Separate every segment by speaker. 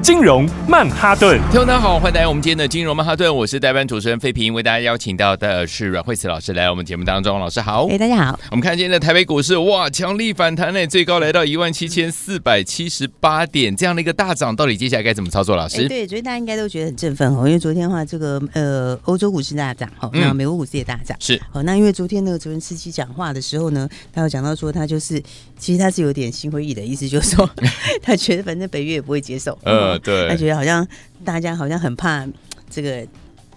Speaker 1: 金融曼哈顿。
Speaker 2: 听众大家好，欢迎来到我们今天的金融曼哈顿，我是代班主持人费平，为大家邀请到的是阮慧慈老师来我们节目当中，老师好。
Speaker 3: 哎、大家好，
Speaker 2: 我们看今天的台北股市，哇，强力反弹呢，最高来到一万七千四百七十八点，这样的一个大涨，到底接下来该怎么操作？老
Speaker 3: 哎、
Speaker 2: 师，
Speaker 3: 对，昨天大家应该都觉得很振奋哦，因为昨天的话，这个呃，欧洲股市大涨，哦，那
Speaker 2: 嗯
Speaker 3: 美国股市也大涨。
Speaker 2: 是
Speaker 3: 好，那因为昨天那个主任司机讲话的时候呢，他有讲到说，他就是其实他是有点心灰意冷，意思就 是说，他觉得反正北约也不会接受，
Speaker 2: 呃
Speaker 3: 嗯
Speaker 2: 对
Speaker 3: 他觉得好像大家好像很怕这个，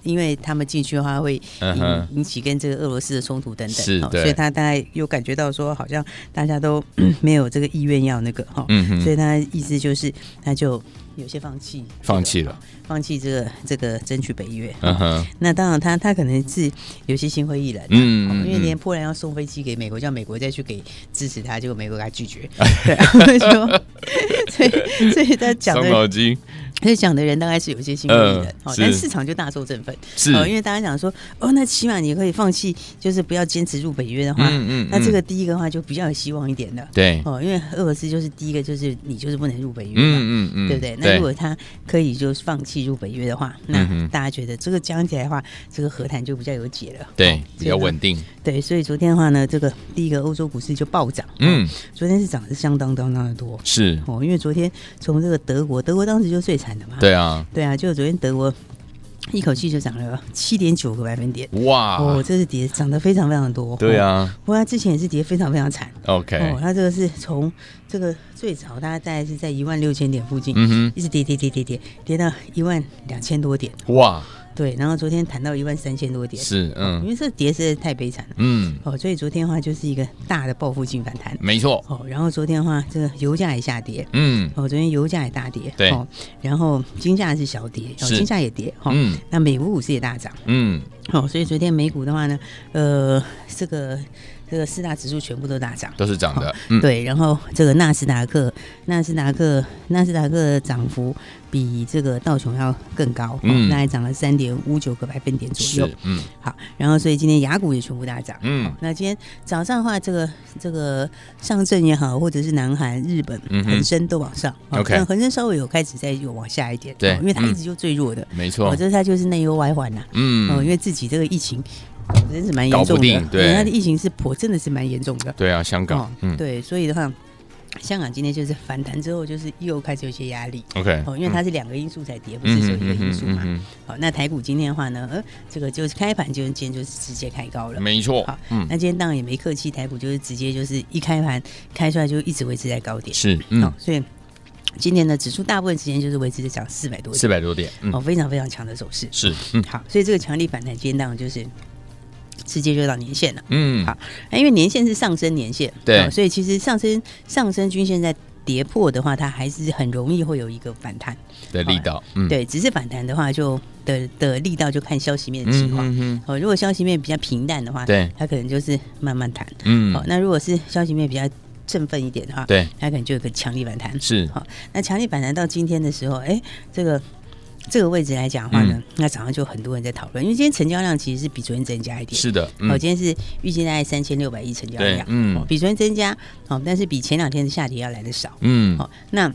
Speaker 3: 因为他们进去的话会
Speaker 2: 嗯
Speaker 3: 引
Speaker 2: 哼
Speaker 3: 引起跟这个俄罗斯的冲突等等，
Speaker 2: 是
Speaker 3: 哦
Speaker 2: 对
Speaker 3: 所以他大概有感觉到说，好像大 家都没有这个意愿要那个哈，哦
Speaker 2: 嗯哼
Speaker 3: 所以他意思就是他就有些放弃，
Speaker 2: 放弃了，
Speaker 3: 放弃这个这个争取北约。
Speaker 2: 嗯哼，
Speaker 3: 那当然他，他可能是有些心灰意冷啊、
Speaker 2: 嗯
Speaker 3: 哦
Speaker 2: 嗯
Speaker 3: 因为
Speaker 2: 嗯
Speaker 3: 连波兰要送飞机给美国，叫美国再去给支持他，结果美国给他 拒绝，对啊， 就所以所以他讲
Speaker 2: 伤
Speaker 3: 的
Speaker 2: 脑筋
Speaker 3: 所以讲的人大概是有一些心灰意冷、
Speaker 2: 嗯
Speaker 3: 哦，
Speaker 2: 是
Speaker 3: 但市场就大受振奋，
Speaker 2: 是，
Speaker 3: 哦，因为大家讲说，哦，那起码你可以放弃，就是不要坚持入北约的话，
Speaker 2: 嗯嗯
Speaker 3: 那
Speaker 2: 嗯
Speaker 3: 这个第一个话就比较有希望一点了，
Speaker 2: 对，
Speaker 3: 哦，因为俄罗斯就是第一个就是你就是不能入北约嘛，
Speaker 2: 嗯嗯嗯，
Speaker 3: 对不对？那如果他可以就是放弃入北约的话，那
Speaker 2: 嗯哼
Speaker 3: 大家觉得这个讲起来的话，这个和谈就比较有解了，哦
Speaker 2: 对比较。
Speaker 3: 所以呢
Speaker 2: 稳定，
Speaker 3: 对，所以昨天的话呢，这个第一个欧洲股市就暴涨，
Speaker 2: 嗯
Speaker 3: 嗯，昨天是涨得相当相当的多
Speaker 2: 是，
Speaker 3: 哦，因为昨天从这个德国，德国当时就最惨的嘛，
Speaker 2: 对啊，
Speaker 3: 对啊，就昨天德国一口气就涨了七点九个百分点。哦，
Speaker 2: 哇，
Speaker 3: 这是跌涨得非常非常多。
Speaker 2: 啊对
Speaker 3: 哦，
Speaker 2: 啊
Speaker 3: 不过它之前也是跌非常非常惨。
Speaker 2: ，OK，
Speaker 3: 哦，它这个是从这个最早它大概是在一万六千点附近，
Speaker 2: 嗯
Speaker 3: 一直跌跌跌跌跌跌到一万两千多点，
Speaker 2: 哼，哇，
Speaker 3: 对，然后昨天谈到一万三千多点，哦
Speaker 2: 是，
Speaker 3: 因
Speaker 2: 嗯
Speaker 3: 为这跌实在太悲惨了。
Speaker 2: 嗯，
Speaker 3: 哦，所以昨天的话就是一个大的报复性反弹。
Speaker 2: 没错，
Speaker 3: 哦，然后昨天的话，这个油价也下跌。
Speaker 2: 嗯
Speaker 3: 哦，昨天油价也大跌，
Speaker 2: 对
Speaker 3: 哦，然后金价是小跌，哦，
Speaker 2: 是
Speaker 3: 金价也跌，哦，
Speaker 2: 嗯
Speaker 3: 那美国股市也大涨，
Speaker 2: 嗯，
Speaker 3: 哦，所以昨天美股的话呢，呃，这个这个四大指数全部都大涨，
Speaker 2: 都是涨的
Speaker 3: 哦，
Speaker 2: 嗯，
Speaker 3: 对，然后这个纳斯达克、纳斯达克、纳斯达克的涨幅比这个道琼要更高，
Speaker 2: 嗯
Speaker 3: 嗯，大概涨了三点五九个百分点左右
Speaker 2: 是。，嗯
Speaker 3: 好，然后所以今天雅股也全部大涨。
Speaker 2: 嗯
Speaker 3: 那今天早上的话，这个这个上证也好，或者是南韩、日本、
Speaker 2: 嗯哼
Speaker 3: 恒生都往上。哦
Speaker 2: OK
Speaker 3: 那恒生稍微有开始在有往下一点，
Speaker 2: 对
Speaker 3: 哦因为它
Speaker 2: 嗯
Speaker 3: 一直就最弱的。
Speaker 2: 没
Speaker 3: 我
Speaker 2: 错，
Speaker 3: 觉得它就是内忧外患呐、哦、因
Speaker 2: 嗯，
Speaker 3: 为自己这个疫情呃真是蛮
Speaker 2: 搞
Speaker 3: 严
Speaker 2: 不
Speaker 3: 重的
Speaker 2: 定，对
Speaker 3: 它的疫情是颇真的是蛮严重的。哦
Speaker 2: 对啊，香港，嗯，
Speaker 3: 对，所以的话，香港今天就是反弹之后，就是又开始有一些压力。
Speaker 2: ，OK，
Speaker 3: 哦，因为它是两个因素才跌，不是只有一个因素嘛。
Speaker 2: 嗯
Speaker 3: 好、那台股今天的话呢，呃，这个就是开盘就是今天就是直接开高了。
Speaker 2: 没错
Speaker 3: 好，
Speaker 2: 嗯，
Speaker 3: 那今天当然也没客气，台股就是直接就是一开盘开出来就一直维持在高点。
Speaker 2: 是，
Speaker 3: 哦
Speaker 2: 嗯，，
Speaker 3: 所以今天的指数大部分时间就是维持在涨四百多
Speaker 2: 四
Speaker 3: 点，
Speaker 2: 百多点，嗯
Speaker 3: 哦，，非常非常强的走势。
Speaker 2: 是，嗯
Speaker 3: 好，所以这个强力反弹今天当然就是直接就到年线了。
Speaker 2: 嗯，
Speaker 3: 好那因为年线是上升年线，哦
Speaker 2: 对
Speaker 3: 所以其实上升上升均线在跌破的话，它还是很容易会有一个反弹。
Speaker 2: 的力道，嗯，，
Speaker 3: 对，只是反弹的话就，的的力道就看消息面的情
Speaker 2: 嗯
Speaker 3: 况。
Speaker 2: 嗯嗯
Speaker 3: 哦，如果消息面比较平淡的话，
Speaker 2: 对
Speaker 3: 它可能就是慢慢弹。哦
Speaker 2: 嗯，，
Speaker 3: 那如果是消息面比较振奋一点的话，
Speaker 2: 对，
Speaker 3: 它可能就有个强力反弹。
Speaker 2: 是，
Speaker 3: 好、那强力反弹到今天的时候，哎，这个这个位置来讲的话
Speaker 2: 嗯
Speaker 3: 呢，那早上就很多人在讨论，因为今天成交量其实是比昨天增加一点。
Speaker 2: 是的，
Speaker 3: 哦，
Speaker 2: 嗯，
Speaker 3: 今天是预计大概三千六百亿成交
Speaker 2: 对
Speaker 3: 量，
Speaker 2: 嗯
Speaker 3: 哦比昨天增加，哦，但是比前两天的下跌要来的少，
Speaker 2: 嗯，
Speaker 3: 哦，那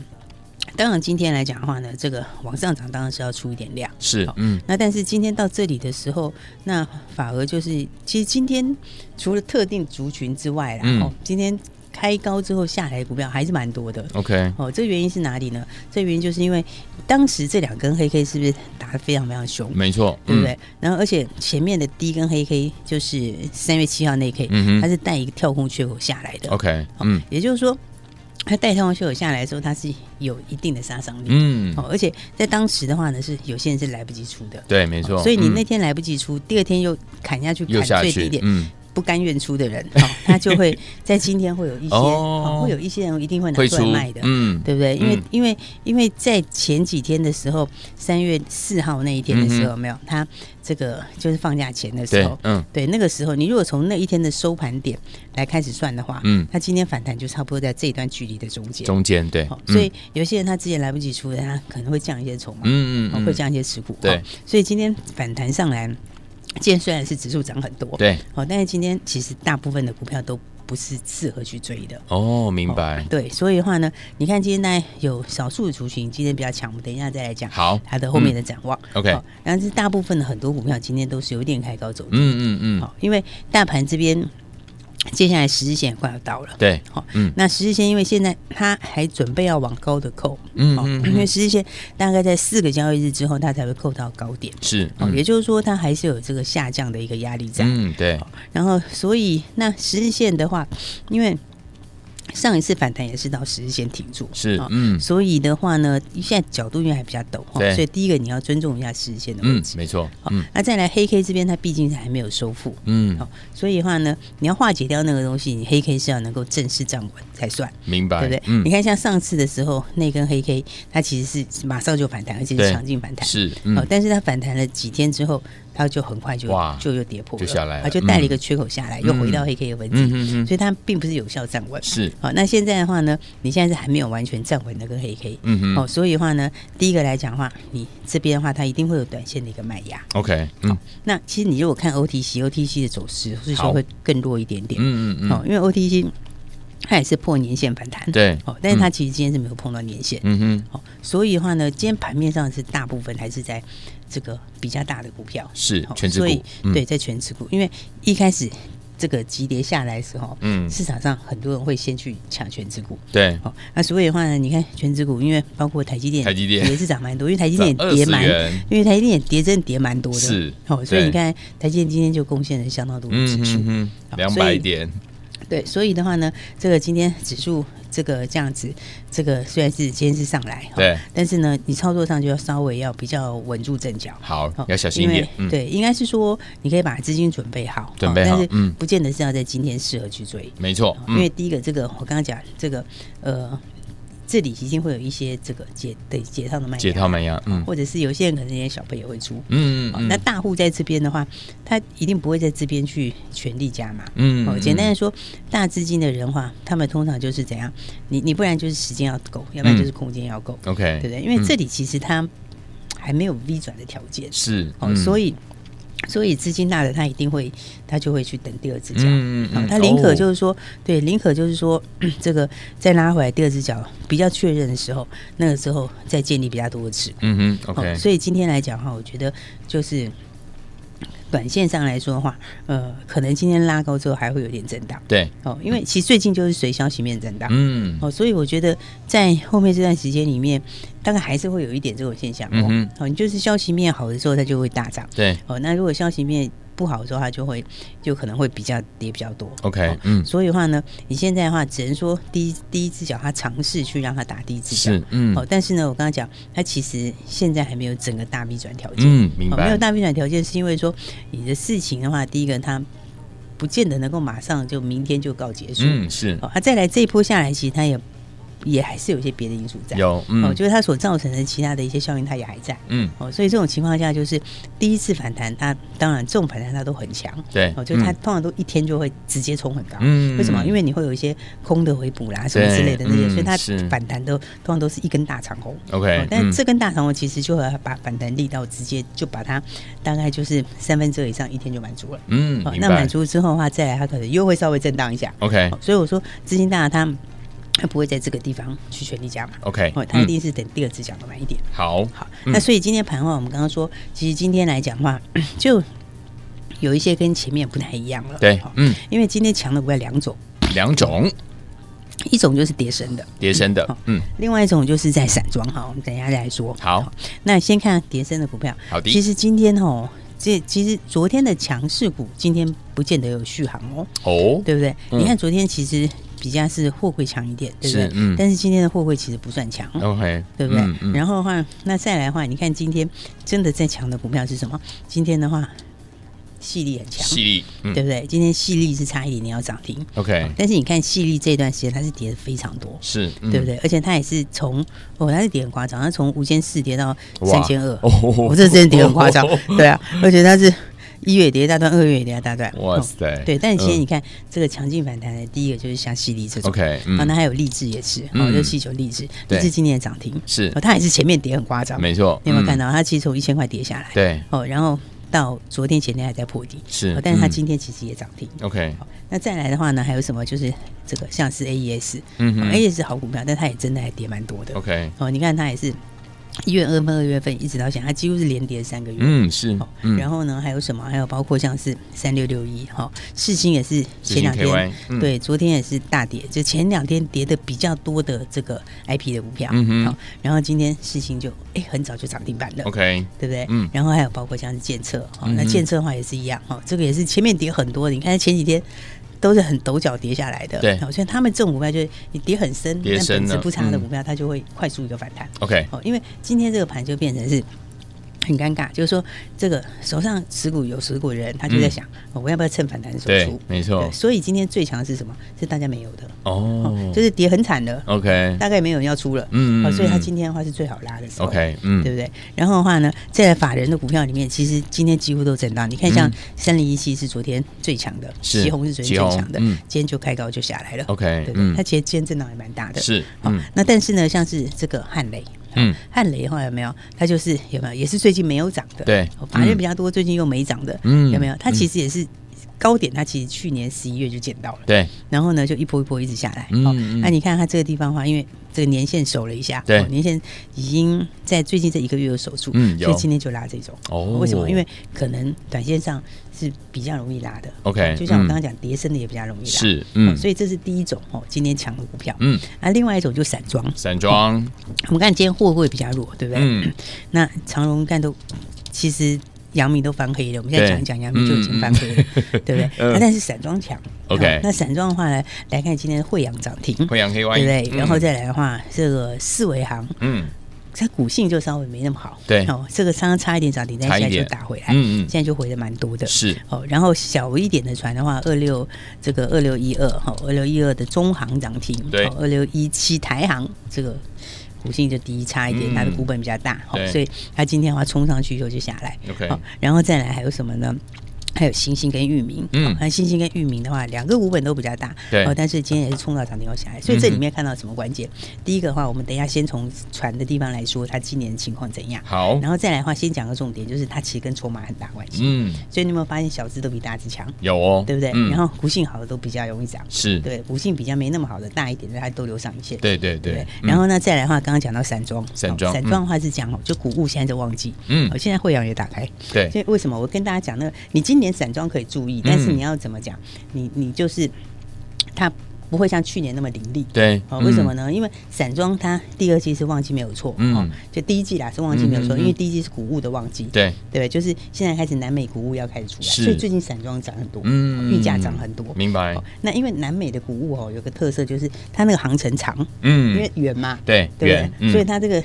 Speaker 3: 当然今天来讲的话呢，这个往上涨当然是要出一点量，
Speaker 2: 是，嗯，
Speaker 3: 那但是今天到这里的时候，那反而就是，其实今天除了特定族群之外啦，
Speaker 2: 嗯
Speaker 3: 哦，今天开高之后下来的股票还是蛮多的。
Speaker 2: ，OK，
Speaker 3: 哦，这原因是哪里呢？这原因就是因为当时这两根黑 K 是不是打得非常非常凶？
Speaker 2: 没嗯错，
Speaker 3: 对不对？？然后而且前面的第一根黑 K 就是三月七号那一 K，、
Speaker 2: 嗯
Speaker 3: 它
Speaker 2: 哼
Speaker 3: 是带一个跳空缺口下来的。
Speaker 2: ，OK，
Speaker 3: 好
Speaker 2: 嗯
Speaker 3: 也就是说，它带跳空缺口下来的时候，它是有一定的杀伤力。
Speaker 2: 嗯
Speaker 3: 哦，，而且在当时的话呢，是有些人是来不及出的。
Speaker 2: 对，没错，
Speaker 3: 所以你那天来不及出，第二天又砍下去，
Speaker 2: 哦嗯又
Speaker 3: 砍
Speaker 2: 下
Speaker 3: 最
Speaker 2: 去
Speaker 3: 低，点，
Speaker 2: 嗯，
Speaker 3: 不甘愿出的人，哦、他就会 在今天会有一些，
Speaker 2: 哦
Speaker 3: 哦会有一些人一定会拿
Speaker 2: 会
Speaker 3: 出来
Speaker 2: 出
Speaker 3: 卖的，
Speaker 2: 嗯，
Speaker 3: 对不对？因为、
Speaker 2: 嗯
Speaker 3: 因为因为在前几天的时候，三月四号那一天的时候，有没有他这个就是放假前的
Speaker 2: 嗯
Speaker 3: 时
Speaker 2: 对
Speaker 3: 候，，
Speaker 2: 嗯
Speaker 3: 对那个时候，你如果从那一天的收盘点来开始算的话，
Speaker 2: 嗯，
Speaker 3: 它今天反弹就差不多在这一段距离的中间。
Speaker 2: 中嗯间对
Speaker 3: 好，，所以有些人他之前来不及出的，他可能会降一些筹码，
Speaker 2: 嗯嗯
Speaker 3: 哦
Speaker 2: 嗯
Speaker 3: 会降一些持股。
Speaker 2: 对
Speaker 3: 哦，所以今天反弹上来，今天虽然是指数涨很多，，
Speaker 2: 对
Speaker 3: 哦，但是今天其实大部分的股票都不是适合去追的。
Speaker 2: 哦，明白，
Speaker 3: 对，所以的话呢，你看今天大概有少数的族群今天比较强，我们等一下再来讲
Speaker 2: 好嗯
Speaker 3: 它的后面的展望。
Speaker 2: OK
Speaker 3: 好但是大部分的很多股票今天都是有一点开高走低，
Speaker 2: 嗯嗯嗯，
Speaker 3: 好，因为大盘这边接下来十日线也快要到了。
Speaker 2: 对，
Speaker 3: 好，
Speaker 2: 嗯
Speaker 3: 那十日线因为现在它还准备要往高的扣，
Speaker 2: 嗯
Speaker 3: 好
Speaker 2: 嗯
Speaker 3: 因为
Speaker 2: 嗯
Speaker 3: 十日线大概在四个交易日之后，它才会扣到高点，
Speaker 2: 是，
Speaker 3: 哦，也
Speaker 2: 嗯
Speaker 3: 就是说它还是有这个下降的一个压力在。
Speaker 2: 嗯对，
Speaker 3: 然后，所以那十日线的话，因为上一次反弹也是到十日线停住，
Speaker 2: 是
Speaker 3: 哦，
Speaker 2: 嗯
Speaker 3: 所以的话呢，现在角度因为还比较陡哈，
Speaker 2: 对
Speaker 3: 所以第一个你要尊重一下十日线的位
Speaker 2: 嗯
Speaker 3: 置。
Speaker 2: 没错，
Speaker 3: 好
Speaker 2: 嗯
Speaker 3: 那再来黑 K 这边，它毕竟是还没有收复，
Speaker 2: 嗯
Speaker 3: 好、所以的话呢，你要化解掉那个东西，你黑 K 是要能够正式站稳才算，
Speaker 2: 明白，
Speaker 3: 对不对？
Speaker 2: 嗯
Speaker 3: 你看像上次的时候，那根黑 K 它其实是马上就反弹，而且
Speaker 2: 对
Speaker 3: 是强劲反弹。
Speaker 2: 是，
Speaker 3: 好，
Speaker 2: 嗯
Speaker 3: 哦但是它反弹了几天之后，它就很快就
Speaker 2: 哇
Speaker 3: 就又跌破了，
Speaker 2: 就下来了
Speaker 3: 它就带了一个缺口下来，又回到黑 K 的位置，
Speaker 2: 嗯嗯嗯
Speaker 3: 所以它并不是有效站稳。
Speaker 2: 是，
Speaker 3: 好，那现在的话呢，你现在是还没有完全站稳那个黑 K，
Speaker 2: 嗯
Speaker 3: 哦，
Speaker 2: 哼
Speaker 3: 所以的话呢，第一个来讲的话，你这边的话，它一定会有短线的一个卖压。
Speaker 2: ，OK，嗯
Speaker 3: 那其实你如果看 OTC，OTC 的走势是
Speaker 2: 好
Speaker 3: 说会更弱一点点，
Speaker 2: 嗯嗯
Speaker 3: 哦，
Speaker 2: 嗯，
Speaker 3: 因为 OTC 它也是破年线反弹，，
Speaker 2: 对，
Speaker 3: 哦，但是它
Speaker 2: 嗯
Speaker 3: 其实今天是没有碰到年线，
Speaker 2: 嗯哼
Speaker 3: 哦，所以的话呢，今天盘面上是大部分还是在这个比较大的股票，
Speaker 2: 是
Speaker 3: 哦
Speaker 2: 全指
Speaker 3: 所以
Speaker 2: 股，嗯
Speaker 3: 对，在全指股，因为一开始这个急跌下来的时候，
Speaker 2: 嗯
Speaker 3: 市场上很多人会先去抢全指股，
Speaker 2: 对，
Speaker 3: 哦，那所以的话呢，你看全指股，因为包括台积电，
Speaker 2: 台积电
Speaker 3: 也是涨蛮多，因为台积电
Speaker 2: 涨
Speaker 3: 也跌
Speaker 2: 20
Speaker 3: 蛮
Speaker 2: 元，
Speaker 3: 因为台积电也跌真的跌蛮多的，
Speaker 2: 是
Speaker 3: 哦，所以
Speaker 2: 对
Speaker 3: 你看台积电今天就贡献了相当多的
Speaker 2: 嗯
Speaker 3: 指数，
Speaker 2: 嗯
Speaker 3: 好
Speaker 2: 嗯，两
Speaker 3: 所
Speaker 2: 百
Speaker 3: 以
Speaker 2: 点，
Speaker 3: 对，所以的话呢，这个今天指数这个这样子，这个虽然是今天是上来，哦
Speaker 2: 对，
Speaker 3: 但是呢，你操作上就要稍微要比较稳住阵脚。
Speaker 2: 好
Speaker 3: 哦，
Speaker 2: 要小心一点，
Speaker 3: 因为
Speaker 2: 嗯，
Speaker 3: 对，应该是说你可以把资金准备好，哦
Speaker 2: 准备好
Speaker 3: 但是
Speaker 2: 嗯
Speaker 3: 不见得是要在今天适合去追，
Speaker 2: 没错
Speaker 3: 哦，因为
Speaker 2: 嗯
Speaker 3: 第一个这个我刚刚讲这个呃，这里已经会有一些这个解对解套的卖压
Speaker 2: 解套卖压，嗯
Speaker 3: 或者是有些人可能连小朋友会出，
Speaker 2: 嗯
Speaker 3: 哦
Speaker 2: 嗯，
Speaker 3: 那大户在这边的话，他一定不会在这边去全力加码。
Speaker 2: 嗯
Speaker 3: 哦，简单的说，大资金的人的话，他们通常就是怎样，你你不然就是时间要够，
Speaker 2: 嗯
Speaker 3: 要不然就是空间要够，
Speaker 2: ，OK，
Speaker 3: 对不对？因为这
Speaker 2: 嗯
Speaker 3: 里其实它还没有 V 转的条件，
Speaker 2: 是嗯
Speaker 3: 哦，所
Speaker 2: 以
Speaker 3: 以所以资金大的他一定会，他就会去等第二只脚。
Speaker 2: 嗯
Speaker 3: 好，他宁可就是是说，对，宁可就是说， 这个再拉回来第二只脚比较确认的时候，那个时候再建立比较多的持股。
Speaker 2: 嗯哼
Speaker 3: 哦
Speaker 2: ，OK，
Speaker 3: 所以今天来讲哈，我觉得就是短线上来说的话，呃，可能今天拉高之后还会有点震荡
Speaker 2: 对，
Speaker 3: 哦，因为其实最近就是随消息面震荡。
Speaker 2: 嗯
Speaker 3: 哦，所以我觉得在后面这段时间里面，大概还是会有一点这种现象哦。
Speaker 2: 嗯
Speaker 3: 哦，你就是消息面好的时候，它就会大涨。
Speaker 2: 对
Speaker 3: 哦，那如果消息面不好的时候，它就会就可能会比较跌比较多。哦
Speaker 2: ，OK，嗯
Speaker 3: 所以的话呢，你现在的话只能说第一第一只脚，它尝试去让它打第一只脚。
Speaker 2: 是嗯
Speaker 3: 哦，但是呢，我刚刚讲，它其实现在还没有整个大 V 转条件。
Speaker 2: 嗯，明
Speaker 3: 哦，没有
Speaker 2: 白，
Speaker 3: 大 V 转条件，是因为说你的事情的话，第一个它不见得能够马上就明天就告结束。
Speaker 2: 嗯是
Speaker 3: 哦，它、再来这一波下来，其实它也也还是有一些别的因素在。
Speaker 2: 有
Speaker 3: 哦，
Speaker 2: 嗯
Speaker 3: 就是它所造成的其他的一些效应，它也还在。
Speaker 2: 嗯
Speaker 3: 哦，所以这种情况下，就是第一次反弹，它当然这种反弹它都很强。
Speaker 2: 对，
Speaker 3: 哦，就是它
Speaker 2: 嗯
Speaker 3: 通常都一天就会直接冲很高。
Speaker 2: 嗯
Speaker 3: 为什么？因为你会有一些空的回补啦，什么之类的那些，
Speaker 2: 嗯
Speaker 3: 所以它
Speaker 2: 是
Speaker 3: 反弹都通常都是一根大长红。哦
Speaker 2: OK，
Speaker 3: 但是
Speaker 2: 嗯
Speaker 3: 这根大长红其实就会把反弹力道直接就把它大概就是三分之二以上一天就满足了。
Speaker 2: 嗯
Speaker 3: 哦，
Speaker 2: 明
Speaker 3: 那满
Speaker 2: 白
Speaker 3: 足之后的话，再来它可能又会稍微震荡一下。
Speaker 2: ，OK
Speaker 3: 哦所以我说资金大它它不会在这个地方去全力加码，
Speaker 2: OK，嗯
Speaker 3: 哦，它一定是等第二只脚的买一点。
Speaker 2: 好，
Speaker 3: 好，
Speaker 2: 哎嗯
Speaker 3: 那所以今天盘的话，我们刚刚说，其实今天来讲的话，就有一些跟前面不太一样了。
Speaker 2: 对
Speaker 3: 好，
Speaker 2: 嗯
Speaker 3: 因为今天强的股票两种，
Speaker 2: 两种
Speaker 3: 一种就是跌升的，
Speaker 2: 叠升的
Speaker 3: 好，
Speaker 2: 嗯
Speaker 3: 另外一种就是在散装哈。我们等一下再来说。
Speaker 2: 好，
Speaker 3: 那先看跌升的股票。
Speaker 2: 好的
Speaker 3: 其实今天哦，这其实昨天的强势股今天不见得有续航哦，
Speaker 2: 哦
Speaker 3: 对不对？
Speaker 2: 嗯
Speaker 3: 你看昨天其实比较是货柜强一点，对不对
Speaker 2: 是？嗯
Speaker 3: 但是今天的货柜其实不算强。
Speaker 2: OK，
Speaker 3: 哦对不对？
Speaker 2: 嗯嗯
Speaker 3: 然后的话，那再来的话，你看今天真的在强的股票是什么？今天的话，细力很强，
Speaker 2: 犀利，嗯
Speaker 3: 对不对？今天细力是差一点点要涨停，
Speaker 2: ，OK，
Speaker 3: 但是你看细力这段时间它是跌的非常多，
Speaker 2: 是，嗯
Speaker 3: 对不
Speaker 2: 对？
Speaker 3: 对？而且它也是从哦，它是跌很夸张，它从无间四跌到
Speaker 2: 哇
Speaker 3: 三千二，
Speaker 2: 哦
Speaker 3: 我这真的跌很 夸张，对啊，而且它是一月也跌一大段，二月也跌一大段，
Speaker 2: 哇
Speaker 3: 哦
Speaker 2: 塞
Speaker 3: 对，但是今天
Speaker 2: 嗯
Speaker 3: 你看这个强劲反弹的，第一个就是像犀利这种
Speaker 2: OK，嗯
Speaker 3: 啊，那还有励志也是，哦，
Speaker 2: 嗯
Speaker 3: 就气球励志，
Speaker 2: 对
Speaker 3: 励志今年的涨停
Speaker 2: 是
Speaker 3: 哦，它也是前面跌很夸张，
Speaker 2: 没错，
Speaker 3: 你有没有
Speaker 2: 嗯
Speaker 3: 看？到？它其实从一千块跌下来，
Speaker 2: 对，
Speaker 3: 哦，然后到昨天前天还在破底，
Speaker 2: 是
Speaker 3: 哦但是它
Speaker 2: 嗯
Speaker 3: 今天其实也涨停。
Speaker 2: OK，
Speaker 3: 好那再来的话呢，还有什么？就是这个像是 AES，
Speaker 2: 嗯哼
Speaker 3: a e s 好股票，但它也真的还跌蛮多的。
Speaker 2: ，OK，
Speaker 3: 哦，你看它也是一月、二份、二月份一直到现在，它几乎是连跌三个月。
Speaker 2: 嗯，是
Speaker 3: 哦，
Speaker 2: 嗯，
Speaker 3: 然
Speaker 2: 后
Speaker 3: 后呢，还有什么？还有包括像是三六六一，哈，世新也是
Speaker 2: 世
Speaker 3: 前
Speaker 2: 新
Speaker 3: 两
Speaker 2: KY
Speaker 3: 天，
Speaker 2: 嗯
Speaker 3: 对，昨天也是大跌，就前两天跌的比较多的这个 IP 的股票，
Speaker 2: 嗯哼
Speaker 3: 好，然后今天世新就哎很早就涨停板了
Speaker 2: OK，
Speaker 3: 对不对？
Speaker 2: 嗯
Speaker 3: 然后还有包括像是建测，哦，
Speaker 2: 嗯
Speaker 3: 那建测的话也是一样，哦，这个也是前面跌很多的，你看前几天。都是很陡角跌下来的，
Speaker 2: 对
Speaker 3: 好像他们这种股票就是你跌很深，
Speaker 2: 跌
Speaker 3: 但
Speaker 2: 深
Speaker 3: 本质
Speaker 2: 了
Speaker 3: 不差的
Speaker 2: 嗯
Speaker 3: 股票，它就会快速一个反弹。
Speaker 2: OK，
Speaker 3: 哦，因为今天这个盘就变成是很尴尬，就是说这个手上持股有持股的人，他就在想、哦我要不要趁反弹的时候
Speaker 2: 嗯对
Speaker 3: 出？，
Speaker 2: 没错
Speaker 3: 对，所以今天最强的是什么？是大家没有的，
Speaker 2: 哦，
Speaker 3: 就是跌很惨的，
Speaker 2: OK，嗯
Speaker 3: 大概没有人要出了，
Speaker 2: 嗯嗯
Speaker 3: 哦，所以它
Speaker 2: 嗯
Speaker 3: 今天的话是最好拉的时候
Speaker 2: OK，嗯
Speaker 3: 对不对？然后的话呢，在法人的股票里面，其实今天几乎都震荡。你看，像
Speaker 2: 嗯
Speaker 3: 三零一七是昨天最强的，
Speaker 2: 是
Speaker 3: 旗红是昨天最强
Speaker 2: 旗
Speaker 3: 的，
Speaker 2: 红嗯
Speaker 3: 今天就开高就下来了。
Speaker 2: OK，
Speaker 3: 对不
Speaker 2: 嗯
Speaker 3: 对？它其实今天震荡也蛮大的。
Speaker 2: 是
Speaker 3: 好
Speaker 2: 嗯
Speaker 3: 那但是呢，像是这个汉雷。
Speaker 2: 嗯
Speaker 3: 嗯，汉雷的话有没有？它就是有没有？也是最近没有涨的，
Speaker 2: 对
Speaker 3: 哦法人
Speaker 2: 嗯
Speaker 3: 比较多，最近又没涨的，
Speaker 2: 嗯
Speaker 3: 嗯，有没有？它其实也是高点，它其实去年十一月就见到了，
Speaker 2: 对，
Speaker 3: 然后呢，就一波一波一直下来。
Speaker 2: 嗯
Speaker 3: 哦
Speaker 2: 嗯，
Speaker 3: 那你看它这个地方的话，因为这个年限守了一下，
Speaker 2: 对
Speaker 3: 哦年限已经在最近这一个月有守住，
Speaker 2: 嗯有
Speaker 3: 所以今天就拉这种。
Speaker 2: 哦
Speaker 3: 为什么？因为可能短线上是比较容易拉的。哦
Speaker 2: OK，
Speaker 3: 就像我
Speaker 2: 嗯
Speaker 3: 刚刚讲，跌升的也比较容易拉。
Speaker 2: 是
Speaker 3: 哦
Speaker 2: 嗯，
Speaker 3: 所以这是第一种哦，今天强的股票。
Speaker 2: 嗯，
Speaker 3: 啊，另外一种就散装，
Speaker 2: 散装，
Speaker 3: 我们看今天货柜比较弱，对不对？
Speaker 2: 嗯，
Speaker 3: 那长荣干都其实。阳明都翻黑了，我们现在
Speaker 2: 对
Speaker 3: 讲一讲阳明就已经翻黑了， 对不对？
Speaker 2: 嗯
Speaker 3: 啊但是散装强
Speaker 2: OK
Speaker 3: 好那散装的话呢，来看今天的惠阳涨停，
Speaker 2: 惠阳 KY，
Speaker 3: 对不对？
Speaker 2: 嗯
Speaker 3: 然后再来的话，这个四维行
Speaker 2: 嗯
Speaker 3: 它股性就稍微没那么好，
Speaker 2: 对
Speaker 3: 哦，这个刚刚差一点涨停，但
Speaker 2: 差一
Speaker 3: 现在就
Speaker 2: 点
Speaker 3: 打回来，
Speaker 2: 嗯嗯
Speaker 3: 现在就回的蛮多的，
Speaker 2: 是
Speaker 3: 哦。然后小一点的船的话，二六这个二六一二哈，二六一二的中航涨停，
Speaker 2: 对
Speaker 3: 二六一七台航这个。股性就低差一点，
Speaker 2: 嗯
Speaker 3: 它的股本比较大，哦
Speaker 2: 对
Speaker 3: 所以它今天的话冲上去以后就下来。
Speaker 2: OK
Speaker 3: 哦然后再来还有什么呢？还有星星跟域名，
Speaker 2: 嗯
Speaker 3: 嗯，那星星跟域名的话，两个股本都比较大，
Speaker 2: 对嗯
Speaker 3: 哦，但是今天也是冲到涨停后下来，所以这里面看到什么关键？第一个的话，我们等一下先从船的地方来说，它今年的情况怎样，
Speaker 2: 好，
Speaker 3: 然后再来的话，先讲个重点，就是它其实跟筹码很大关系。
Speaker 2: 嗯，
Speaker 3: 所以你有没有发现小资都比大资强，
Speaker 2: 有哦，
Speaker 3: 对不对？
Speaker 2: 嗯
Speaker 3: 然后股性好的都比较容易涨，
Speaker 2: 是，
Speaker 3: 对，股性比较没那么好的大一点的，它都留上一线。
Speaker 2: 对对
Speaker 3: 对不
Speaker 2: 对
Speaker 3: 对，，
Speaker 2: 嗯
Speaker 3: 然后呢，再来的话，刚刚讲到散装，
Speaker 2: 散
Speaker 3: 哦
Speaker 2: 装
Speaker 3: 散装的话是讲哦，就谷物现在在旺季，
Speaker 2: 嗯
Speaker 3: 哦，现在惠阳也打开，
Speaker 2: 对嗯
Speaker 3: 所以为什么我跟大家讲那个，你今年散装可以注意，但是你要怎么讲，你你就是它不会像去年那么凌厉，
Speaker 2: 对，嗯
Speaker 3: 哦，为什么
Speaker 2: 呢？
Speaker 3: 呢？因为散装它第二季是旺季没有错，
Speaker 2: 嗯
Speaker 3: 哦，就第一季啦是旺季没有
Speaker 2: 嗯
Speaker 3: 错，
Speaker 2: 嗯嗯
Speaker 3: 因为第一季是谷物的旺季，
Speaker 2: 对
Speaker 3: 对不对？就是现在开始南美谷物要开始出来，
Speaker 2: 是
Speaker 3: 所以最近散装涨很多，
Speaker 2: 嗯
Speaker 3: 运哦价涨很多。
Speaker 2: 明白
Speaker 3: 哦，那因为南美的谷物哦，有个特色就是它那个航程长，
Speaker 2: 嗯，
Speaker 3: 因为远嘛，
Speaker 2: 对
Speaker 3: 对不
Speaker 2: 远
Speaker 3: 对？
Speaker 2: 嗯
Speaker 3: 所以它这个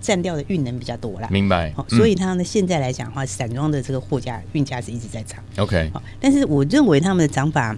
Speaker 3: 占掉的运能比较多啦。
Speaker 2: 明白
Speaker 3: 好，，
Speaker 2: 嗯
Speaker 3: 所以它呢现在来讲的话，散装的这个货价运价是一直在涨。
Speaker 2: 嗯 OK，
Speaker 3: 好，但是我认为他们的涨法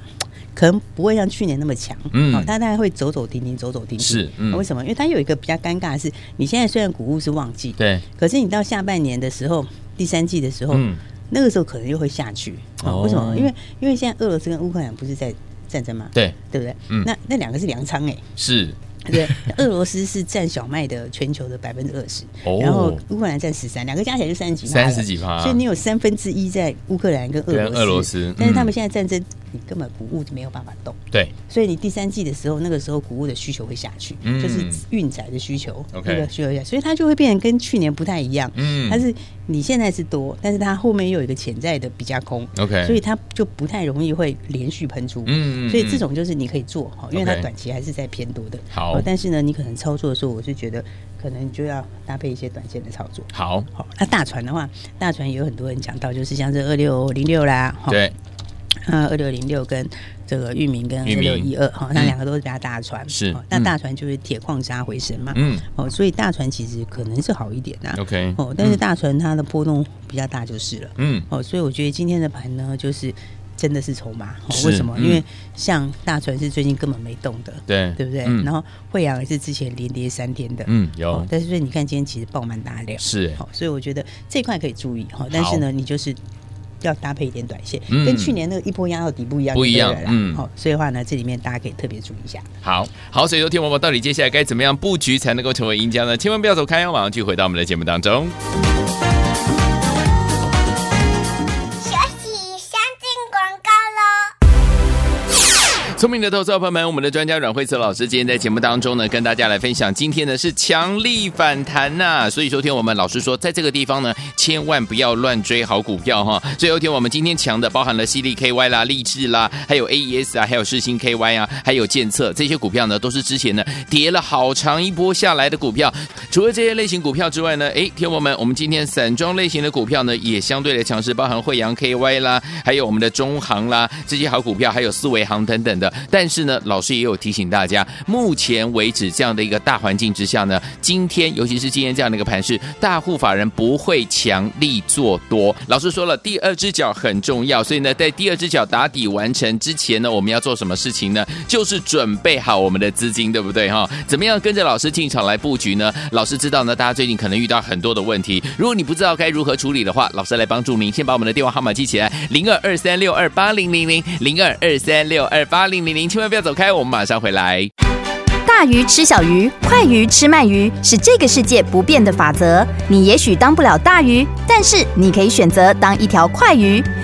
Speaker 3: 可能不会像去年那么强，
Speaker 2: 嗯
Speaker 3: 好，它大概会走走停停，走走停停。哦
Speaker 2: 是嗯
Speaker 3: 为什么？因为它有一个比较尴尬的是，你现在虽然谷物是旺季，，
Speaker 2: 对，
Speaker 3: 可是你到下半年的时候，第三季的时候，
Speaker 2: 嗯
Speaker 3: 那个时候可能又会下去。
Speaker 2: 哦
Speaker 3: 哦、为什么？因为因为现在俄罗斯跟乌克兰不是在战争嘛，
Speaker 2: 对，
Speaker 3: 对不对？
Speaker 2: 嗯
Speaker 3: 那那两个是粮仓 哎、
Speaker 2: 是
Speaker 3: 对，俄罗斯是占小麦的全球的百分之二十
Speaker 2: 哦，
Speaker 3: 然后乌克兰占十三，两个加起来就三十几趴了，
Speaker 2: 30几趴
Speaker 3: 所以你有三分之一在乌克兰跟俄罗
Speaker 2: 跟
Speaker 3: 斯，
Speaker 2: 俄罗斯
Speaker 3: 但是他
Speaker 2: 嗯
Speaker 3: 们现在战争，你根本谷物没有办法动。
Speaker 2: 对，
Speaker 3: 所以你第三季的时候，那个时候谷物的需求会下去，
Speaker 2: 嗯
Speaker 3: 就是运载的需求
Speaker 2: OK
Speaker 3: 那个需求下，所以它就会变成跟去年不太一样。
Speaker 2: 嗯
Speaker 3: 它是你现在是多，但是它后面又有一个潜在的比较空
Speaker 2: OK
Speaker 3: 所以它就不太容易会连续喷出。
Speaker 2: 嗯嗯
Speaker 3: 所以这种就是你可以做哈，因为它
Speaker 2: OK
Speaker 3: 短期还是在偏多的。
Speaker 2: 好
Speaker 3: 哦但是呢，你可能操作的时候，我是觉得可能就要搭配一些短线的操作。
Speaker 2: 好，
Speaker 3: 好，那大船的话，大船也有很多人讲到，就是像这二六零六啦，哈
Speaker 2: 对，
Speaker 3: 呃二六零六跟这个域名跟
Speaker 2: 域名
Speaker 3: 二六一二哈，那两个都是比较大船，
Speaker 2: 嗯是
Speaker 3: 哦那
Speaker 2: 嗯
Speaker 3: 大船就是铁矿砂回升嘛，
Speaker 2: 嗯
Speaker 3: 哦，所以大船其实可能是好一点啊，
Speaker 2: ，OK，
Speaker 3: 哦，但是大船它的波动比较大就是了，
Speaker 2: 嗯
Speaker 3: 哦，所以我觉得今天的盘呢，就是真的是筹码，哦
Speaker 2: 是
Speaker 3: 为什么？
Speaker 2: 嗯
Speaker 3: 因为像大船是最近根本没动的，
Speaker 2: 对
Speaker 3: 对不对？
Speaker 2: 嗯
Speaker 3: 然后惠阳也是之前连跌三天的，
Speaker 2: 嗯
Speaker 3: 哦
Speaker 2: 有，
Speaker 3: 但是所以你看今天其实爆满大量，
Speaker 2: 是
Speaker 3: 好、所以我觉得这块可以注意哈、但是呢，你就是要搭配一点短线，
Speaker 2: 嗯
Speaker 3: 跟去年那个一波压到底不一样，
Speaker 2: 不一样嗯
Speaker 3: 嗯，好、所以的话呢，这里面大家可以特别注意一下。
Speaker 2: 好好，所以说天王宝到底接下来该怎么样布局才能够成为赢家呢？千万不要走开哦，马上去回到我们的节目当中。
Speaker 4: 学习先进广告喽。
Speaker 2: 聪明的投资者朋友们，我们的专家阮慧慈老师今天在节目当中呢，跟大家来分享，今天呢是强力反弹呐、所以昨天我们老师说，在这个地方呢，千万不要乱追好股票哈。所以昨天我们今天强的，包含了犀利 KY 啦、励志啦，还有 AES 啊，还有世星 KY 啊，还有建策这些股票呢，都是之前呢跌了好长一波下来的股票。除了这些类型股票之外呢，诶，天王们，我们今天散装类型的股票呢，也相对的强势，包含惠阳 KY 啦，还有我们的中航啦，这些好股票，还有四维航等等的。但是呢，老师也有提醒大家，目前为止这样的一个大环境之下呢，今天尤其是今天这样的一个盘势，大户法人不会强力做多。老师说了，第二只脚很重要，所以呢，在第二只脚打底完成之前呢，我们要做什么事情呢？就是准备好我们的资金，对不对哈？怎么样跟着老师进场来布局呢？老师知道呢，大家最近可能遇到很多的问题，如果你不知道该如何处理的话，老师来帮助您。先把我们的电话号码记起来，零二二三六二八零零零，零二二三六二八零零零，千万不要走开，我们马上回来。
Speaker 5: 大鱼吃小鱼，快鱼吃慢鱼，是这个世界不变的法则。你也许当不了大鱼，但是你可以选择当一条快鱼。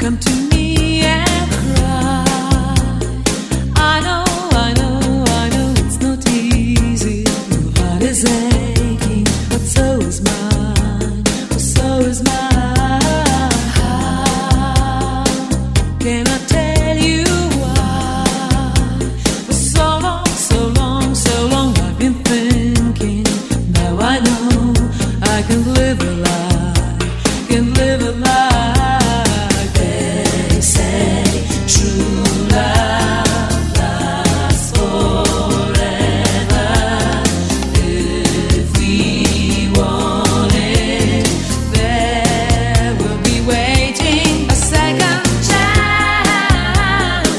Speaker 6: Come to me and cry. I know, I know, I know it's not easy. Your heart is aching, but so is mine. But so is mine. How can I tell you why? For so long, so long, so long I've been thinking. Now I know I can live a lie, can live a lie. They say true love lasts forever. If we want it, there will be waiting a second chance.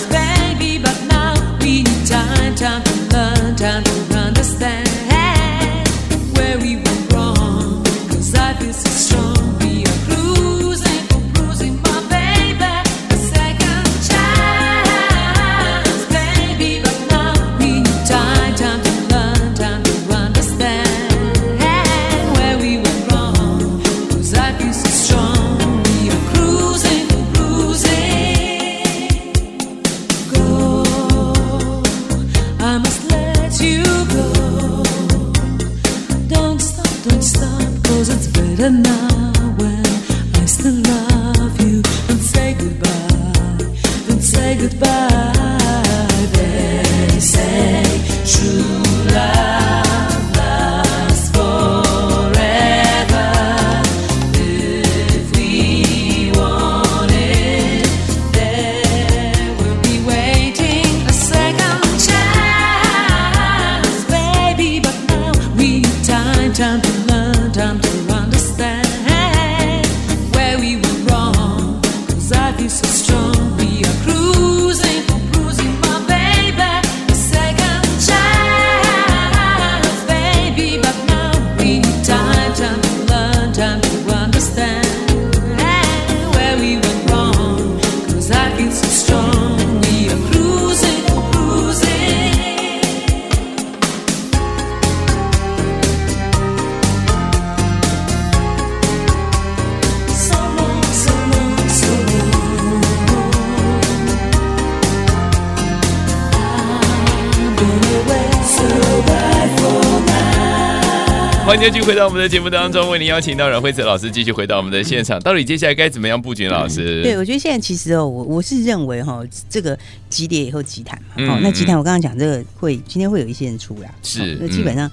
Speaker 2: 欢迎继续回到我们的节目当中，为您邀请到阮慧慈老师继续回到我们的现场。到底接下来该怎么样布局呢？老师，
Speaker 3: 对，我觉得现在其实哦，我我是认为哈、哦，这个急跌以后急弹嘛，
Speaker 2: 嗯
Speaker 3: 哦，那急
Speaker 2: 嗯
Speaker 3: 弹我刚刚讲这个会今天会有一些人出来，
Speaker 2: 是
Speaker 3: 哦那
Speaker 2: 嗯
Speaker 3: 基本上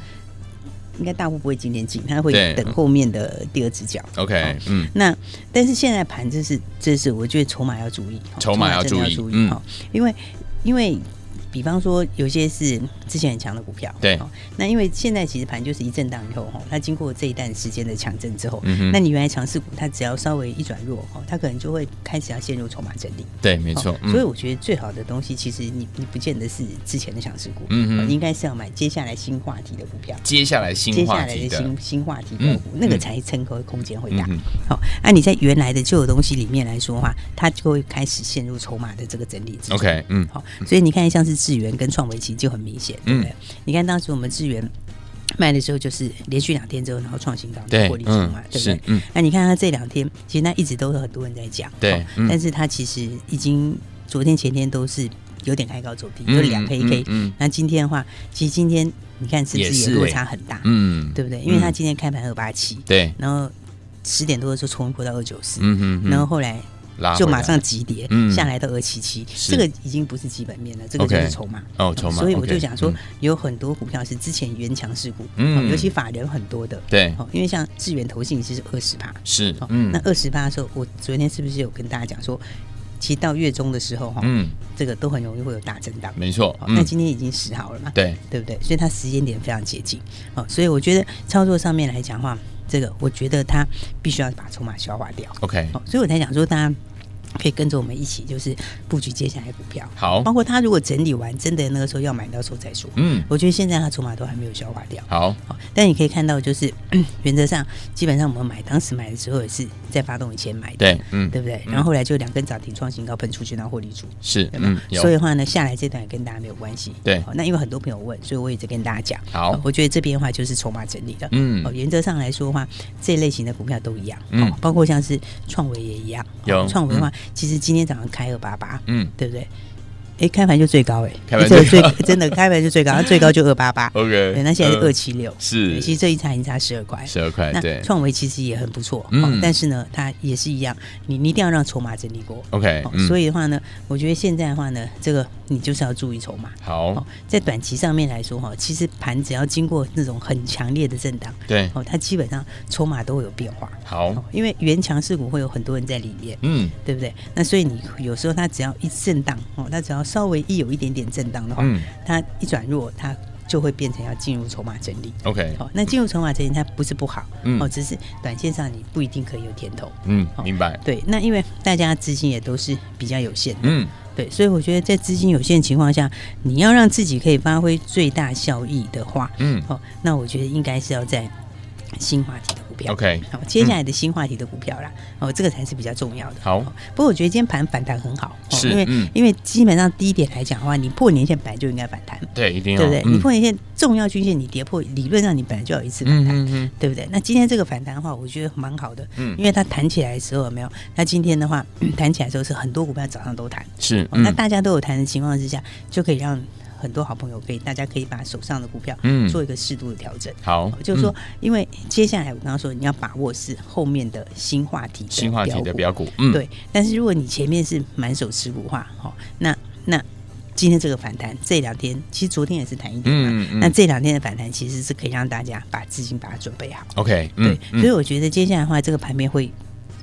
Speaker 3: 应该大户不会今天进，他会
Speaker 2: 对
Speaker 3: 等后面的第二只脚。
Speaker 2: OK，嗯，
Speaker 3: 那但是现在盘这是这是我觉得筹码要注意，哦
Speaker 2: 筹码要
Speaker 3: 真的
Speaker 2: 注意
Speaker 3: 注
Speaker 2: 嗯
Speaker 3: 意哈、因为因为。比方说，有些是之前很强的股票，
Speaker 2: 对
Speaker 3: 哦那因为现在其实盘就是一震荡以后，哈，它经过这一段时间的强震之后，
Speaker 2: 嗯哼
Speaker 3: 那你原来强势股，它只要稍微一转弱，哦，它可能就会开始要陷入筹码整理。
Speaker 2: 对，没
Speaker 3: 没
Speaker 2: 错，
Speaker 3: 所以
Speaker 2: 嗯，
Speaker 3: 我觉得最好的东西，其实你你不见得是之前的强势股，
Speaker 2: 嗯哼
Speaker 3: 哦应该是要买接下来新话题的股票。
Speaker 2: 接下来
Speaker 3: 接
Speaker 2: 新
Speaker 3: 下
Speaker 2: 话
Speaker 3: 来的
Speaker 2: 题的，
Speaker 3: 新新话题
Speaker 2: 嗯
Speaker 3: 个股，那个
Speaker 2: 嗯
Speaker 3: 才成合空间会
Speaker 2: 嗯
Speaker 3: 大
Speaker 2: 哼。
Speaker 3: 好、那、你在原来的旧的东西里面来说的话，它就会开始陷入筹码的这个整理之中。
Speaker 2: OK，嗯，
Speaker 3: 好、所以你看像是智源跟创维奇就很明显，对不对？你看当时我们智源。卖的时候就是连续两天之后，然后创新高，
Speaker 2: 对
Speaker 3: 获利出嘛，
Speaker 2: 嗯
Speaker 3: 对不
Speaker 2: 是
Speaker 3: 对？
Speaker 2: 嗯
Speaker 3: 那你看它这两天，其实它一直都是很多人在讲，
Speaker 2: 对
Speaker 3: 哦
Speaker 2: 嗯
Speaker 3: 但是它其实已经昨天前天都是有点开高走低，
Speaker 2: 嗯
Speaker 3: 就两黑 K
Speaker 2: 嗯。嗯
Speaker 3: 那今天的话，其实今天你看是
Speaker 2: 也
Speaker 3: 不
Speaker 2: 是
Speaker 3: 是也落
Speaker 2: 欸
Speaker 3: 差很大？
Speaker 2: 嗯，
Speaker 3: 对不对？因为它
Speaker 2: 嗯
Speaker 3: 今天开盘二八七，
Speaker 2: 对，
Speaker 3: 然后十点多的时候冲破到二九四，
Speaker 2: 嗯哼，嗯
Speaker 3: 然后后来
Speaker 2: 拉
Speaker 3: 就
Speaker 2: 回来
Speaker 3: 马上急跌
Speaker 2: 嗯
Speaker 3: 下来到二七七，
Speaker 2: 是
Speaker 3: 这个已经不是基本面了，这个就
Speaker 2: OK
Speaker 3: 是筹码
Speaker 2: 哦筹码
Speaker 3: 所以我
Speaker 2: OK，
Speaker 3: 就想说
Speaker 2: 嗯，
Speaker 3: 有很多股票是之前原强势股，
Speaker 2: 嗯
Speaker 3: 哦尤其法人很多的，
Speaker 2: 对
Speaker 3: 哦，因为像智源投信是二十趴，
Speaker 2: 是
Speaker 3: 哦，
Speaker 2: 嗯
Speaker 3: 那二十趴的时候，我昨天是不是有跟大家讲说，其实到月中的时候哈，
Speaker 2: 嗯，
Speaker 3: 这个都很容易会有大震荡，
Speaker 2: 没错
Speaker 3: 好，
Speaker 2: 嗯
Speaker 3: 那今天已经十号了嘛？
Speaker 2: 对
Speaker 3: 对不对？所以它时间点非常接近，哦，所以我觉得操作上面来讲的话，这个我觉得它必须要把筹码消化掉，
Speaker 2: OK，
Speaker 3: 哦，所以我才想说大家。可以跟着我们一起，就是布局接下来的股票。
Speaker 2: 好
Speaker 3: 包括它如果整理完，真的那个时候要买到时候再说。
Speaker 2: 嗯
Speaker 3: 我觉得现在它筹码都还没有消化掉。
Speaker 2: 好，
Speaker 3: 好，但你可以看到，就是嗯原则上，基本上我们买当时买的时候也是在发动以前买的，
Speaker 2: 对嗯
Speaker 3: 对不对？然后后来就两根涨停创新高喷出去，然后获利出
Speaker 2: 是
Speaker 3: 对
Speaker 2: 嗯
Speaker 3: 吗，？
Speaker 2: 有
Speaker 3: 所以的话呢，下来这段也跟大家没有关系。
Speaker 2: 对
Speaker 3: 好那因为很多朋友问，所以我一直跟大家讲。
Speaker 2: 好
Speaker 3: 呃我觉得这边的话就是筹码整理的。
Speaker 2: 嗯
Speaker 3: 哦，原则上来说的话，这类型的股票都一样。
Speaker 2: 嗯
Speaker 3: 哦包括像是创维也一样。
Speaker 2: 有
Speaker 3: 哦创维的话，其实今天早上开二八八，
Speaker 2: 嗯
Speaker 3: 对不对？哎，开盘就最高哎，
Speaker 2: 开盘
Speaker 3: 这个
Speaker 2: 最
Speaker 3: 最
Speaker 2: 高
Speaker 3: 真的开盘就最高，它最高就二 八八。
Speaker 2: OK，
Speaker 3: 对，那现在是
Speaker 2: 呃
Speaker 3: 二七六，
Speaker 2: 是
Speaker 3: 对其实这一差已经差十二块了。
Speaker 2: 十二块
Speaker 3: 那
Speaker 2: 对
Speaker 3: 创维其实也很不错，
Speaker 2: 嗯
Speaker 3: 哦但是呢，它也是一样，你你一定要让筹码整理过。
Speaker 2: OK，
Speaker 3: 哦
Speaker 2: 嗯
Speaker 3: 所以的话呢，我觉得现在的话呢，这个你就是要注意筹码。
Speaker 2: 好
Speaker 3: 哦，在短期上面来说哈，其实盘只要经过那种很强烈的震荡，
Speaker 2: 对
Speaker 3: 哦，它基本上筹码都会有变化。
Speaker 2: 好
Speaker 3: 哦，因为原强势股会有很多人在里面，
Speaker 2: 嗯
Speaker 3: 对不对？那所以你有时候它只要一震荡哦，它只要稍微一有一点点震荡的话，
Speaker 2: 嗯
Speaker 3: 它一转弱，它就会变成要进入筹码整理。
Speaker 2: OK，
Speaker 3: 哦，那进入筹码整理它不是不好，
Speaker 2: 嗯
Speaker 3: 哦，只是短线上你不一定可以有甜头。
Speaker 2: 嗯
Speaker 3: 哦
Speaker 2: 明白
Speaker 3: 对，那因为大家资金也都是比较有限的，
Speaker 2: 嗯
Speaker 3: 对，所以我觉得在资金有限的情况下，你要让自己可以发挥最大效益的话，
Speaker 2: 嗯
Speaker 3: 哦，那我觉得应该是要在新话题的股票。
Speaker 2: OK 嗯
Speaker 3: 好，接下来的新话题的股票啦，哦，这个才是比较重要的。
Speaker 2: 好
Speaker 3: 哦不过我觉得今天盘反弹很好，哦
Speaker 2: 是
Speaker 3: 因为、
Speaker 2: 嗯
Speaker 3: 因为基本上低点来讲的话，你破年线本来就应该反弹，
Speaker 2: 对一定要
Speaker 3: 对不对？你
Speaker 2: 嗯
Speaker 3: 破年线重要均线你跌破，理论上你本来就要有一次反
Speaker 2: 嗯
Speaker 3: 弹。
Speaker 2: 嗯嗯
Speaker 3: 对不对？那今天这个反弹的话，我觉得蛮好的，
Speaker 2: 嗯
Speaker 3: 因为它弹起来的时候有没有？那今天的话， 弹起来的时候是很多股票早上都弹，
Speaker 2: 是
Speaker 3: 哦那
Speaker 2: 嗯
Speaker 3: 大家都有谈的情况之下，就可以让很多好朋友可以，大家可以把手上的股票
Speaker 2: 嗯
Speaker 3: 做一个适度的调整。
Speaker 2: 好
Speaker 3: 哦就是说
Speaker 2: 嗯，
Speaker 3: 因为接下来我刚刚说你要把握是后面的新话题的
Speaker 2: 新话题的
Speaker 3: 股
Speaker 2: 标股嗯
Speaker 3: 对。但是如果你前面是满手持股化，哦，那那今天这个反弹，这两天其实昨天也是谈一点嘛，
Speaker 2: 嗯嗯
Speaker 3: 那这两天的反弹其实是可以让大家把资金把它准备好。
Speaker 2: OK
Speaker 3: 对
Speaker 2: 嗯，嗯
Speaker 3: 所以我觉得接下来的话，这个盘面会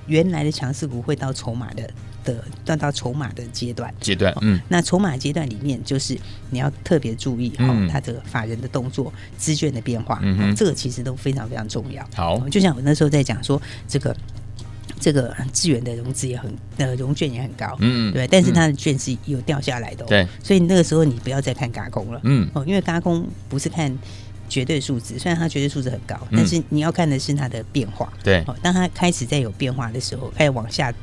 Speaker 3: 原来的强势股会到筹码的的到到筹码的阶段。
Speaker 2: 阶段
Speaker 3: 哦
Speaker 2: 嗯
Speaker 3: 那筹码阶段里面，就是你要特别注意哈、
Speaker 2: 嗯
Speaker 3: 哦，它这个法人的动作、资券的变化、哦
Speaker 2: 嗯哼
Speaker 3: 这个其实都非常非常重要。
Speaker 2: 好
Speaker 3: 哦就像我那时候在讲说，这个这个资源的融资也很呃融券也很高，
Speaker 2: 嗯
Speaker 3: 对，但是
Speaker 2: 嗯
Speaker 3: 它的券是有掉下来的、哦，
Speaker 2: 对，
Speaker 3: 所以那个时候你不要再看嘎空了，
Speaker 2: 嗯
Speaker 3: 哦，因为嘎空不是看绝对数字，虽然它绝对数字很高，
Speaker 2: 嗯
Speaker 3: 但是你要看的是它的变化，
Speaker 2: 对
Speaker 3: 哦，当它开始在有变化的时候，开始往下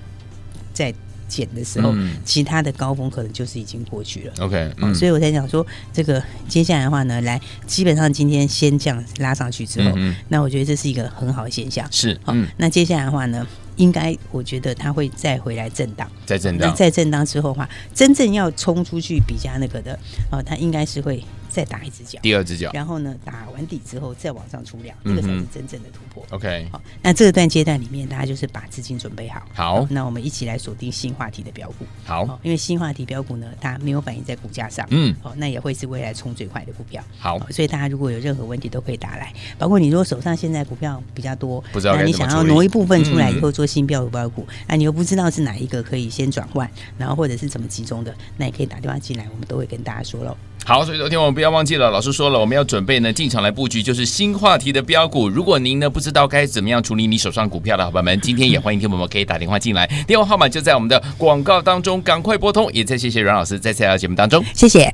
Speaker 3: 再减的时候，
Speaker 2: 嗯
Speaker 3: 其他的高峰可能就是已经过去了。
Speaker 2: OK
Speaker 3: 哦
Speaker 2: 嗯
Speaker 3: 所以我才想说，这个接下来的话呢，来，基本上今天先这样拉上去之后，
Speaker 2: 嗯嗯
Speaker 3: 那我觉得这是一个很好的现象。
Speaker 2: 是
Speaker 3: 好、
Speaker 2: 嗯
Speaker 3: 那接下来的话呢，应该我觉得它会再回来震荡。
Speaker 2: 在震
Speaker 3: 那
Speaker 2: 荡
Speaker 3: 哦在震荡之后的话，真正要冲出去比较那个的，哦，它应该是会再打一只脚，
Speaker 2: 第二只脚
Speaker 3: 然后呢，打完底之后再往上出量，
Speaker 2: 嗯哼
Speaker 3: 这个才是真正的突破。
Speaker 2: ，OK，
Speaker 3: 好，那这段阶段里面，大家就是把资金准备好。
Speaker 2: 好
Speaker 3: 那我们一起来锁定新话题的标股。
Speaker 2: 好
Speaker 3: 好，因为新话题标股呢，它没有反映在股价上，
Speaker 2: 嗯
Speaker 3: 好，那也会是未来冲最快的股票。
Speaker 2: 好
Speaker 3: 所以大家如果有任何问题都可以打来，包括你如果手上现在股票比较多，
Speaker 2: 不知道
Speaker 3: 那
Speaker 2: 该
Speaker 3: 你
Speaker 2: 怎么
Speaker 3: 想要
Speaker 2: 处理
Speaker 3: 挪一部分出来
Speaker 2: 嗯
Speaker 3: 以后做新标股标股，那你又不知道是哪一个可以先转换，然后或者是怎么集中的，那也可以打电话进来，我们都会跟大家说喽。
Speaker 2: 好，所以昨天我们不要忘记了，老师说了，我们要准备呢进场来布局，就是新话题的标股。如果您呢不知道该怎么样处理你手上股票的伙伴们，今天也欢迎听我们可以打电话进来，电话号码就在我们的广告当中，赶快拨通。也再谢谢阮老师在这条节目当中。
Speaker 3: 谢谢。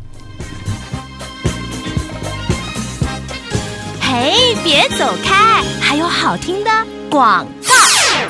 Speaker 5: 嘿，别走开，还有好听的广。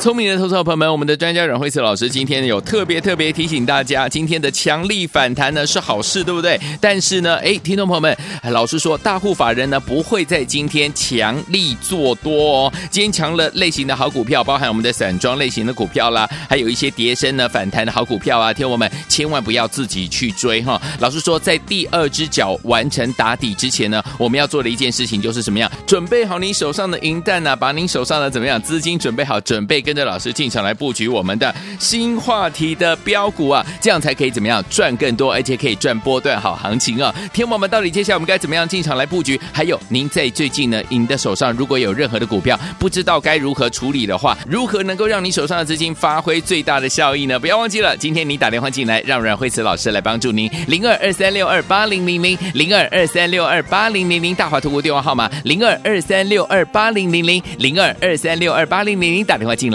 Speaker 2: 聪明的投资者朋友们，我们的专家阮慧慈老师今天有特别特别提醒大家，今天的强力反弹呢是好事，对不对？但是呢，哎，听众朋友们，老师说大户法人呢不会在今天强力做多哦。今天强了类型的好股票，包含我们的散装类型的股票啦，还有一些跌升呢反弹的好股票啊，听众朋友们千万不要自己去追哈。老师说，在第二只脚完成打底之前呢，我们要做的一件事情就是什么样？准备好你手上的银弹啊，把您手上的怎么样资金准备好，准备跟着老师进场来布局我们的新话题的标股啊，这样才可以怎么样赚更多，而且可以赚波段好行情啊。天王们，到底接下来我们该怎么样进场来布局？还有您在最近呢，您的手上如果有任何的股票不知道该如何处理的话，如何能够让你手上的资金发挥最大的效益呢？不要忘记了，今天你打电话进来，让阮慧慈老师来帮助您，零二二三六二八零零零零二二三六二八零零零大华图股电话号码零二二三六二八零零零零二二三六二八零零零打电话进来。